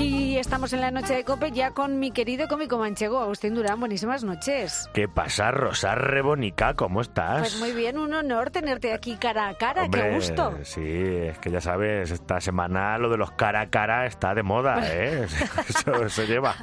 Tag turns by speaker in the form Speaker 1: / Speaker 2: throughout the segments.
Speaker 1: estamos en la noche de COPE ya con mi querido cómico manchego, Agustín Durán. Buenísimas noches.
Speaker 2: ¿Qué pasa, Rosarre Bonica? ¿Cómo estás?
Speaker 1: Pues muy bien, un honor tenerte aquí cara a cara. ¡Qué
Speaker 2: Hombre,
Speaker 1: gusto!
Speaker 2: Sí, es que ya sabes, esta semana lo de los cara a cara está de moda,
Speaker 1: Pues
Speaker 2: ¿eh? Eso se lleva.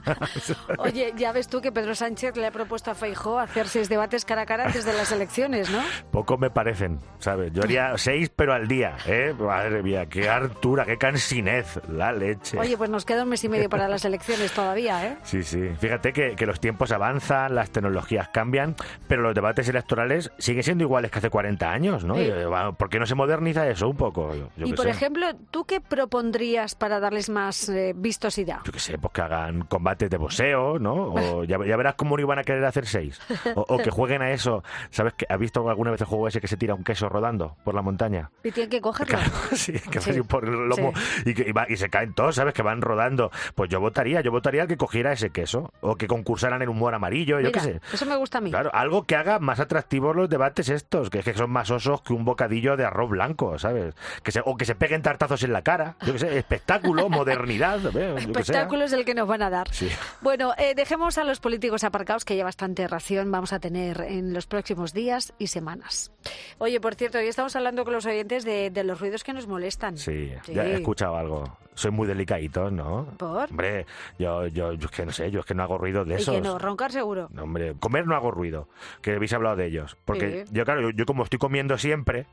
Speaker 1: Oye, ya ves tú que Pedro Sánchez le ha propuesto a Feijó hacer seis debates cara a cara antes de las elecciones, ¿no?
Speaker 2: Poco me parecen, ¿sabes? Yo haría seis, pero al día, ¿eh? Madre mía, qué hartura, qué cansinez, la leche.
Speaker 1: Oye, pues nos queda un mes y medio para las elecciones todavía, ¿eh?
Speaker 2: Sí, sí. Fíjate que, que los tiempos avanzan, las tecnologías cambian, pero los debates electorales siguen siendo iguales que hace 40 años, ¿no?
Speaker 1: Sí.
Speaker 2: Y, eh, bueno, ¿Por qué no se moderniza eso un poco? Yo, yo
Speaker 1: y
Speaker 2: qué
Speaker 1: por
Speaker 2: sé.
Speaker 1: ejemplo, ¿tú qué propondrías para darles más eh, vistosidad?
Speaker 2: Yo qué sé, pues que hagan combates de boxeo, ¿no? O ya, ya verás cómo no iban a querer hacer seis. O, o que jueguen a eso. ¿Sabes que has visto alguna vez el juego ese que se tira un queso rodando por la montaña?
Speaker 1: Y tienen que cogerlo.
Speaker 2: Sí, que
Speaker 1: Sí,
Speaker 2: va por el lomo y, que, y va- y se caen todos, ¿sabes? Que van rodando. Pues yo votaría, yo votaría que cogiera ese queso. O que concursaran en humor amarillo, yo
Speaker 1: Mira,
Speaker 2: qué sé.
Speaker 1: Eso me gusta a mí.
Speaker 2: Claro, algo que haga más atractivos los debates estos, que es que son más osos que un bocadillo de arroz blanco, ¿sabes? Que se, o que se peguen tartazos en la cara, yo qué sé, espectáculo, modernidad, eh, yo qué sé.
Speaker 1: Espectáculos el que nos van a dar.
Speaker 2: Sí.
Speaker 1: Bueno, eh, dejemos a los políticos aparcados, que ya bastante ración vamos a tener en los próximos días y semanas. Oye, por cierto, hoy estamos hablando con los oyentes de, de los ruidos que nos molestan.
Speaker 2: Sí, ya he escuchado algo. Soy muy delicadito, ¿no?
Speaker 1: ¿Por?
Speaker 2: Hombre, yo, yo, yo es que no sé, yo es que no hago ruido de
Speaker 1: Y
Speaker 2: esos.
Speaker 1: que no, roncar seguro.
Speaker 2: No, Hombre, comer no hago ruido, que habéis hablado de ellos. Porque
Speaker 1: Sí.
Speaker 2: yo, claro, yo, yo como estoy comiendo siempre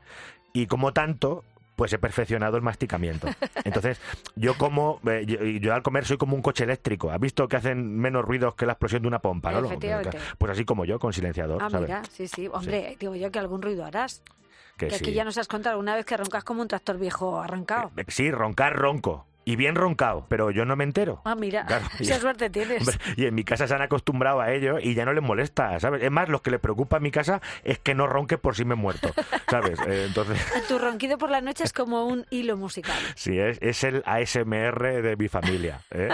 Speaker 2: y como tanto, pues he perfeccionado el masticamiento. Entonces, yo como, eh, yo, yo al comer soy como un coche eléctrico. ¿Has visto que hacen menos ruidos que la explosión de una pompa? ¿no?
Speaker 1: Efectivamente.
Speaker 2: Pues así como yo, con silenciador,
Speaker 1: Ah,
Speaker 2: ¿sabes?
Speaker 1: mira, sí, sí. Hombre, digo yo que algún ruido harás.
Speaker 2: Que
Speaker 1: que aquí
Speaker 2: sí.
Speaker 1: ya nos has contado una vez que roncas como un tractor viejo arrancado.
Speaker 2: Eh, Sí, roncar ronco. Y bien roncado, pero yo no me entero.
Speaker 1: Ah, mira,
Speaker 2: Claro,
Speaker 1: esa
Speaker 2: ya.
Speaker 1: suerte tienes.
Speaker 2: Hombre, y en mi casa se han acostumbrado a ello y ya no les molesta, ¿sabes? Es más, los que les preocupa en mi casa es que no ronque por si me he muerto, ¿sabes? Eh, entonces,
Speaker 1: Tu ronquido por la noche es como un hilo musical.
Speaker 2: sí, es, es el ASMR de mi familia. ¿eh?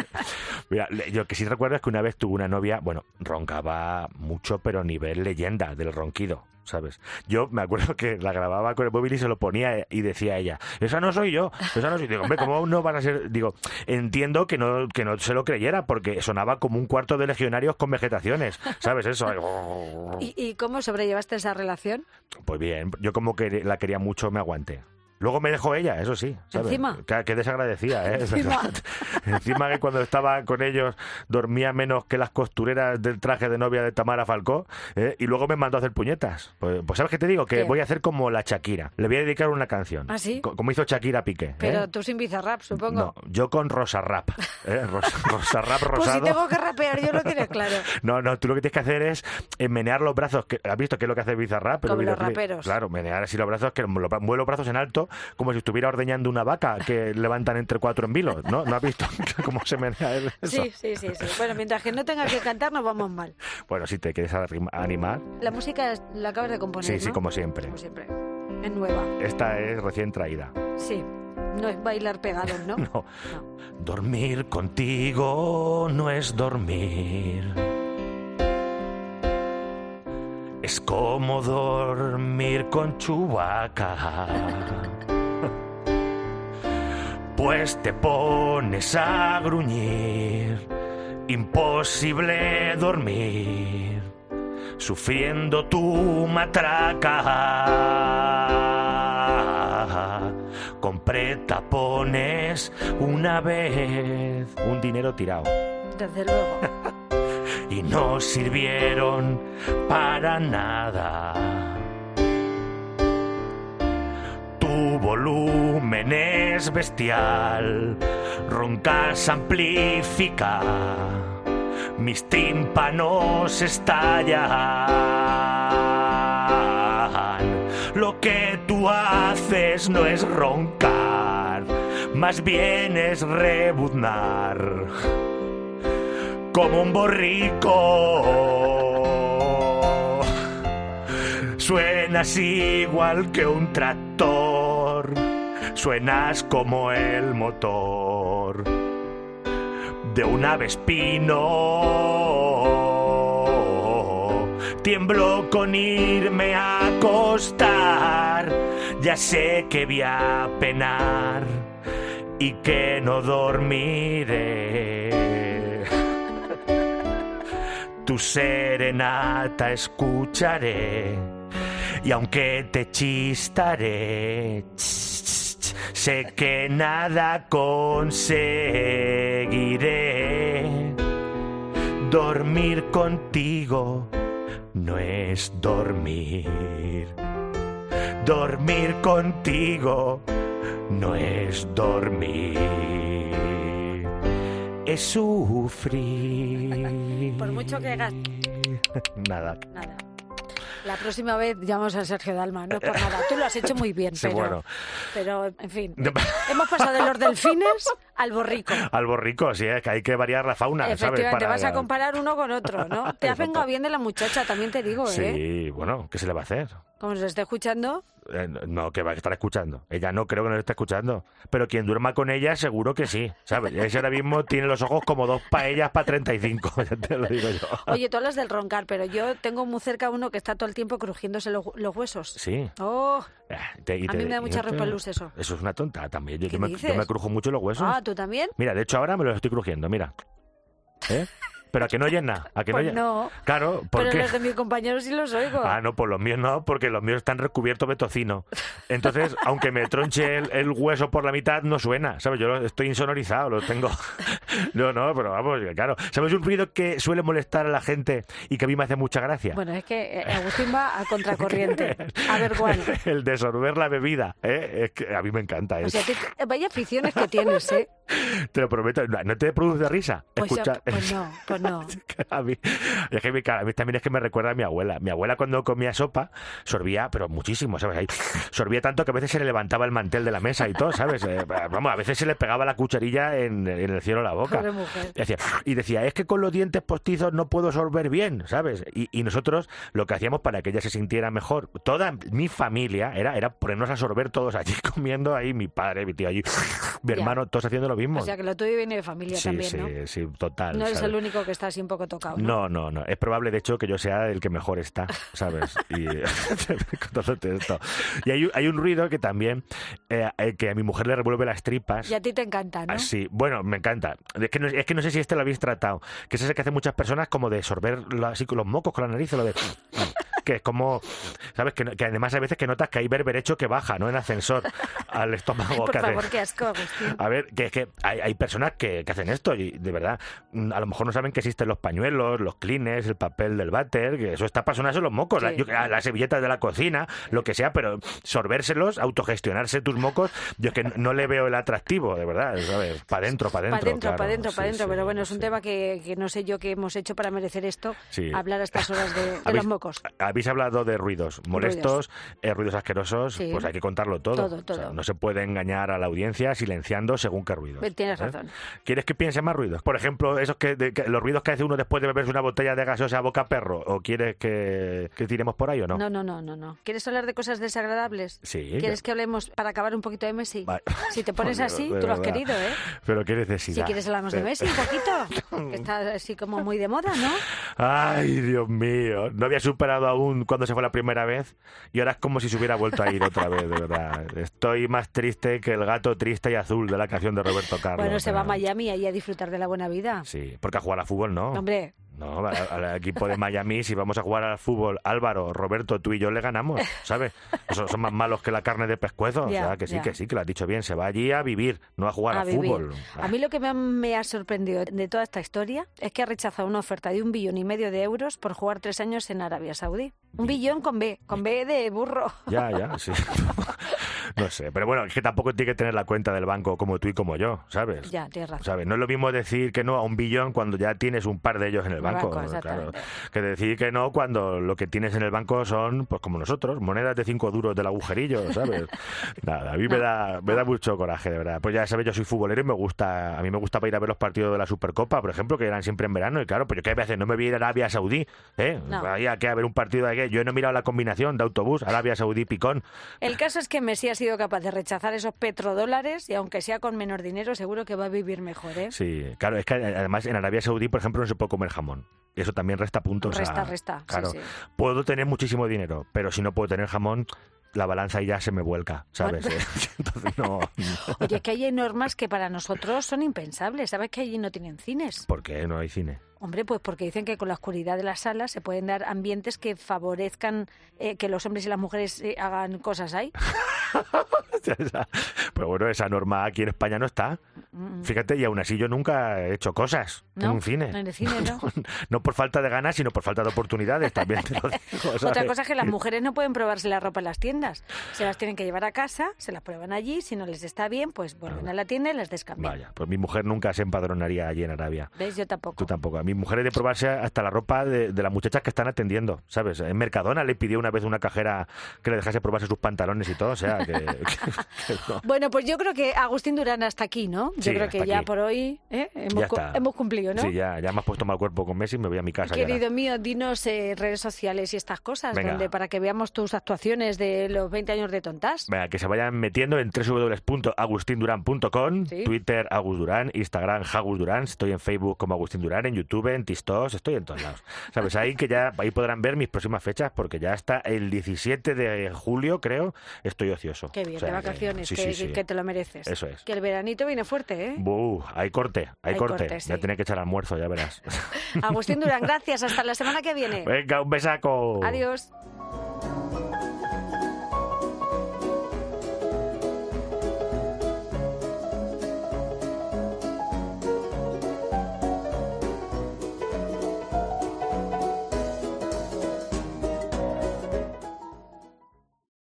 Speaker 2: Mira, le- yo que sí recuerdo es que una vez tuve una novia, bueno, roncaba mucho, pero nivel leyenda del ronquido. ¿Sabes? Yo me acuerdo que la grababa con el móvil y se lo ponía eh, y decía ella, esa no soy yo, esa no soy yo. Digo, hombre, ¿cómo no van a ser? Digo, entiendo que no, que no se lo creyera porque sonaba como un cuarto de legionarios con vegetaciones, ¿sabes? Eso.
Speaker 1: ¿Y, y cómo sobrellevaste esa relación?
Speaker 2: Pues bien, yo como que la quería mucho, me aguanté. Luego me dejó ella, eso sí. ¿sabes?
Speaker 1: Encima.
Speaker 2: Claro, Qué desagradecida, ¿eh?
Speaker 1: Encima.
Speaker 2: Encima que cuando estaba con ellos dormía menos que las costureras del traje de novia de Tamara Falcó. ¿eh? Y luego me mandó a hacer puñetas. Pues, pues ¿sabes qué te digo? Que
Speaker 1: ¿Qué?
Speaker 2: voy a hacer como la Shakira. Le voy a dedicar una canción.
Speaker 1: ¿Ah, sí?
Speaker 2: Co- Como hizo Shakira Piqué. ¿eh?
Speaker 1: Pero tú sin bizarrap, supongo.
Speaker 2: No, yo con Rosa Rap. ¿eh? Rosa, Rosa Rap rosado.
Speaker 1: Pues si tengo que rapear, yo lo tienes claro.
Speaker 2: No, no, tú lo que tienes que hacer es eh, menear los brazos. Que, ¿Has visto qué es lo que hace Bizarrap?
Speaker 1: Como los
Speaker 2: videoclip.
Speaker 1: raperos.
Speaker 2: Claro, menear así los brazos, que lo- mueve los brazos en alto, como si estuviera ordeñando una vaca que levantan entre cuatro en vilo. ¿No, ¿No has visto cómo se menea él eso?
Speaker 1: Sí, sí, sí, sí. Bueno, mientras que no tengas que cantar, nos vamos mal.
Speaker 2: Bueno, si te quieres arrim- animar,
Speaker 1: La música es- la acabas de componer.
Speaker 2: sí, sí,
Speaker 1: ¿no?
Speaker 2: como siempre.
Speaker 1: Como siempre. Es nueva.
Speaker 2: Esta es recién traída.
Speaker 1: Sí. No es bailar pegados, ¿no?
Speaker 2: No. Dormir contigo no es dormir. Es como dormir con Chubaca. Pues te pones a gruñir. Imposible dormir. Sufriendo tu matraca. Compré tapones una vez. Un dinero tirado
Speaker 1: Desde luego.
Speaker 2: y no sirvieron para nada. Tu volumen es bestial, roncas amplifica, mis tímpanos estallan. Lo que tú haces no es roncar, más bien es rebuznar como un borrico. Suenas igual que un tractor, suenas como el motor de un avespino. Tiemblo con irme a acostar, ya sé que voy a penar y que no dormiré. tu serenata escucharé. Y aunque te chistaré, ch, ch, ch, sé que nada conseguiré. Dormir contigo no es dormir. Dormir contigo no es dormir. Es sufrir.
Speaker 1: Por mucho que hagas.
Speaker 2: Nada.
Speaker 1: Nada. La próxima vez llamamos a Sergio Dalma, no es por nada. Tú lo has hecho muy bien,
Speaker 2: Sí,
Speaker 1: pero,
Speaker 2: bueno.
Speaker 1: pero en fin.
Speaker 2: No.
Speaker 1: Hemos pasado de los delfines al borrico.
Speaker 2: Al borrico, sí, es que hay que variar la fauna, ¿sabes?
Speaker 1: Efectivamente,
Speaker 2: Para-
Speaker 1: vas a comparar uno con otro, ¿no? Te has
Speaker 2: Exacto.
Speaker 1: vengado bien de la muchacha, también te digo, ¿eh?
Speaker 2: Sí, bueno, ¿qué se le va a hacer?
Speaker 1: Como nos esté escuchando,
Speaker 2: Eh, No, que va a estar escuchando. Ella no creo que nos esté escuchando. Pero quien duerma con ella, seguro que sí, ¿sabes? Ese ahora mismo tiene los ojos como dos paellas para 35, ya te lo digo yo.
Speaker 1: oye, tú hablas del roncar, pero yo tengo muy cerca uno que está todo el tiempo crujiéndose los, los huesos.
Speaker 2: Sí.
Speaker 1: Oh,
Speaker 2: Eh, te- y
Speaker 1: A mí
Speaker 2: te-
Speaker 1: me da mucha
Speaker 2: y te-
Speaker 1: repelús eso.
Speaker 2: Eso es una tonta también. Yo, yo
Speaker 1: ¿Qué
Speaker 2: me, yo
Speaker 1: dices?
Speaker 2: me crujo mucho los huesos.
Speaker 1: ah, ¿tú también?
Speaker 2: Mira, de hecho ahora me los estoy crujiendo, mira. ¿Eh? Pero a que no oyes nada, a que
Speaker 1: Pues
Speaker 2: no oyes-
Speaker 1: no.
Speaker 2: Claro,
Speaker 1: Pero
Speaker 2: porque...
Speaker 1: los de mis compañeros sí los oigo.
Speaker 2: Ah, no, por los míos no, porque los míos están recubiertos de tocino. Entonces, aunque me tronche el, el hueso por la mitad, no suena, ¿sabes? Yo lo- estoy insonorizado, lo tengo. No, no, pero vamos, claro. ¿Sabes un ruido que suele molestar a la gente y que a mí me hace mucha gracia?
Speaker 1: Bueno, es que eh, Agustín va a contracorriente. A ver, Juan.
Speaker 2: El de sorber la bebida, ¿eh? Es que a mí me encanta
Speaker 1: O
Speaker 2: eso.
Speaker 1: sea, te- vaya aficiones que tienes, ¿eh?
Speaker 2: Te lo prometo, no no te produce risa.
Speaker 1: Pues, yo-
Speaker 2: Escucha-
Speaker 1: pues no, pues no.
Speaker 2: A mí, es que mi- claro, a mí también es que me recuerda a mi abuela. Mi abuela cuando comía sopa sorbía, pero muchísimo, ¿sabes? Ahí, sorbía tanto que a veces se le levantaba el mantel de la mesa y todo, ¿sabes? Eh, vamos, a veces se le pegaba la cucharilla en, en el cielo de la boca.
Speaker 1: Pobre mujer.
Speaker 2: Y decía, y decía, es que con los dientes postizos no puedo sorber bien, ¿sabes? Y, y nosotros lo que hacíamos para que ella se sintiera mejor, toda mi familia era, era ponernos a sorber todos allí comiendo ahí, mi padre, mi tío allí, mi
Speaker 1: Ya.
Speaker 2: hermano, todos haciendo lo mismo.
Speaker 1: O sea, que lo tuyo viene de familia
Speaker 2: Eh, sí,
Speaker 1: también,
Speaker 2: sí,
Speaker 1: ¿no?
Speaker 2: sí, total.
Speaker 1: No eres
Speaker 2: ¿sabes?
Speaker 1: el único que está así un poco tocado, ¿no?
Speaker 2: No, no, no. Es probable, de hecho, que yo sea el que mejor está, ¿sabes? Y contándote esto. Y hay, un- hay un ruido que también, eh, eh, que a mi mujer le revuelve las tripas.
Speaker 1: Y a ti te encanta, ¿no?
Speaker 2: Así, bueno, me encanta. Es que, no, es que no sé si este lo habéis tratado. Que es ese que hacen muchas personas como de sorber la- así con los mocos con la nariz, o lo de... Que es como, ¿sabes? Que, no- que además hay veces que notas que hay berberecho que baja, ¿no? En ascensor al estómago.
Speaker 1: Por
Speaker 2: que hace-
Speaker 1: favor, qué asco, Agustín.
Speaker 2: a ver, que es que hay, hay personas que, que hacen esto y de verdad, mm, a lo mejor no saben que existen los pañuelos, los clines, el papel del váter, que eso está para sonarse los mocos, la-
Speaker 1: Sí.
Speaker 2: yo- a las servilletas de la cocina, lo que sea, pero sorbérselos, autogestionarse tus mocos, yo es que no, no le veo el atractivo, de verdad, ¿sabes? Para adentro, para
Speaker 1: Para
Speaker 2: adentro.
Speaker 1: adentro, para adentro, para adentro. pero bueno, es un tema que, que no sé yo qué hemos hecho para merecer esto,
Speaker 2: Sí.
Speaker 1: hablar a estas horas de, de
Speaker 2: Habéis-
Speaker 1: los mocos.
Speaker 2: Habéis hablado de ruidos molestos, eh, ruidos asquerosos,
Speaker 1: Sí.
Speaker 2: pues hay que contarlo todo.
Speaker 1: Todo, todo.
Speaker 2: O sea, no se puede engañar a la audiencia silenciando según qué ruidos.
Speaker 1: Tienes
Speaker 2: ¿eh?
Speaker 1: razón.
Speaker 2: ¿Quieres que piense más ruidos? Por ejemplo, esos que, de- que- los ruidos que hace uno después de beberse una botella de gaseosa a boca perro. ¿O quieres que, que tiremos por ahí o no?
Speaker 1: No, no, no, no, no. ¿Quieres hablar de cosas desagradables?
Speaker 2: Sí.
Speaker 1: ¿Quieres que hablemos para acabar un poquito de Messi?
Speaker 2: Vale.
Speaker 1: Si te pones
Speaker 2: Pero,
Speaker 1: así,
Speaker 2: de
Speaker 1: tú lo has
Speaker 2: verdad.
Speaker 1: querido, ¿eh?
Speaker 2: Pero qué necesidad.
Speaker 1: Si quieres hablamos de
Speaker 2: Eh,
Speaker 1: Messi un poquito, que está así como muy de moda, ¿no?
Speaker 2: Ay, Dios mío. No había superado aún cuando se fue la primera vez y ahora es como si se hubiera vuelto a ir otra vez, de verdad. Estoy más triste que el gato triste y azul de la canción de Roberto Carlos.
Speaker 1: bueno, se
Speaker 2: pero-
Speaker 1: va a Miami ahí a disfrutar de la buena vida.
Speaker 2: Sí, porque a jugar a fútbol no.
Speaker 1: Hombre,
Speaker 2: No, al, al equipo de Miami, si vamos a jugar al fútbol, Álvaro, Roberto, tú y yo le ganamos, ¿sabes? Eso- son más malos que la carne de pescuezo. o
Speaker 1: Ya,
Speaker 2: sea, que sí,
Speaker 1: ya.
Speaker 2: que sí, que lo has dicho bien. Se va allí a vivir, no a jugar a,
Speaker 1: a vivir.
Speaker 2: fútbol.
Speaker 1: A mí lo que me, me ha sorprendido de toda esta historia es que ha rechazado una oferta de un billón y medio de euros por jugar tres años en Arabia Saudí. Un billón con B, con B de burro.
Speaker 2: Ya, ya, sí. No sé, pero bueno, es que tampoco tiene que tener la cuenta del banco como tú y como yo, ¿sabes?
Speaker 1: Ya, tienes razón.
Speaker 2: ¿Sabes? No es lo mismo decir que no a un billón cuando ya tienes un par de ellos en el banco,
Speaker 1: banco,
Speaker 2: claro,
Speaker 1: exactamente.
Speaker 2: que decir que no cuando lo que tienes en el banco son, pues como nosotros, monedas de cinco duros del agujerillo, ¿sabes? Nada, a mí me,
Speaker 1: No,
Speaker 2: da, me da mucho coraje, de verdad. Pues ya sabes, yo soy futbolero y me gusta, a mí me gustaba ir a ver los partidos de la Supercopa, por ejemplo, que eran siempre en verano, y claro, pues yo que a veces no me voy a ir a Arabia Saudí, ¿eh?
Speaker 1: No. ¿Eh?
Speaker 2: Ahí a que a ver un partido de qué, yo no he mirado la combinación de autobús, Arabia Saudí-Picón,
Speaker 1: El caso es que Messi ha sido sido capaz de rechazar esos petrodólares y aunque sea con menos dinero, seguro que va a vivir mejor. ¿eh?
Speaker 2: Sí, claro, es que además en Arabia Saudí, por ejemplo, no se puede comer jamón. Eso también resta puntos.
Speaker 1: Resta,
Speaker 2: a-
Speaker 1: resta, sí,
Speaker 2: ah, Claro,
Speaker 1: sí.
Speaker 2: puedo tener muchísimo dinero, pero si no puedo tener jamón, la balanza ahí ya se me vuelca, ¿sabes? Entonces no.
Speaker 1: Oye, es que ahí hay normas que para nosotros son impensables. ¿Sabes que allí no tienen cines?
Speaker 2: ¿Por qué no hay cine?
Speaker 1: Hombre, pues porque dicen que con la oscuridad de las salas se pueden dar ambientes que favorezcan eh, que los hombres y las mujeres eh, hagan cosas ahí.
Speaker 2: Pero bueno, esa norma aquí en España no está.
Speaker 1: Mm, mm.
Speaker 2: Fíjate, y aún así yo nunca he hecho cosas en un cine.
Speaker 1: En el cine, ¿no?
Speaker 2: No por falta de ganas, sino por falta de oportunidades, también te lo digo,
Speaker 1: Otra
Speaker 2: ¿sabes?
Speaker 1: cosa es que las mujeres no pueden probarse la ropa en las tiendas. Se las tienen que llevar a casa, se las prueban allí, si no les está bien, pues vuelven a la tienda y las descambian.
Speaker 2: Vaya, pues mi mujer nunca se empadronaría allí en Arabia.
Speaker 1: ¿Ves? Yo tampoco.
Speaker 2: Tú tampoco. A mi mujer es de probarse hasta la ropa de, de las muchachas que están atendiendo, ¿sabes? En Mercadona le pidió una vez una cajera que le dejase probarse sus pantalones y todo, o sea, que, que- que no.
Speaker 1: Bueno, pues yo creo que Agustín Durán hasta aquí, ¿no? Yo
Speaker 2: Sí,
Speaker 1: creo que
Speaker 2: hasta
Speaker 1: ya
Speaker 2: aquí.
Speaker 1: por hoy ¿eh? hemos,
Speaker 2: Ya
Speaker 1: cu-
Speaker 2: está.
Speaker 1: hemos cumplido, ¿no?
Speaker 2: Sí, ya, ya me has puesto mal cuerpo con Messi y me voy a mi casa. y ahora-
Speaker 1: Querido mío, dinos eh, redes sociales y estas cosas,
Speaker 2: Venga.
Speaker 1: donde para que veamos tus actuaciones de los 20 años de tontas.
Speaker 2: Venga, que se vayan metiendo en www.agustinduran.com,
Speaker 1: Sí.
Speaker 2: Twitter Agus Durán, Instagram Jagus Durán, estoy en Facebook como Agustín Durán, en YouTube, en Tistos, estoy en todos lados. ¿Sabes? Ahí que ya ahí podrán ver mis próximas fechas porque ya hasta el 17 de julio, creo, estoy ocioso.
Speaker 1: Qué bien,
Speaker 2: O sea
Speaker 1: de
Speaker 2: que-
Speaker 1: vacaciones,
Speaker 2: sí,
Speaker 1: que,
Speaker 2: sí, sí.
Speaker 1: que te lo mereces.
Speaker 2: Eso es.
Speaker 1: Que el veranito viene fuerte, ¿eh?
Speaker 2: Buh, hay corte, hay,
Speaker 1: Hay
Speaker 2: corte.
Speaker 1: corte, sí.
Speaker 2: Ya tiene que echar almuerzo, ya verás.
Speaker 1: Agustín Durán, gracias. Hasta la semana que viene.
Speaker 2: Venga, un besaco.
Speaker 1: Adiós.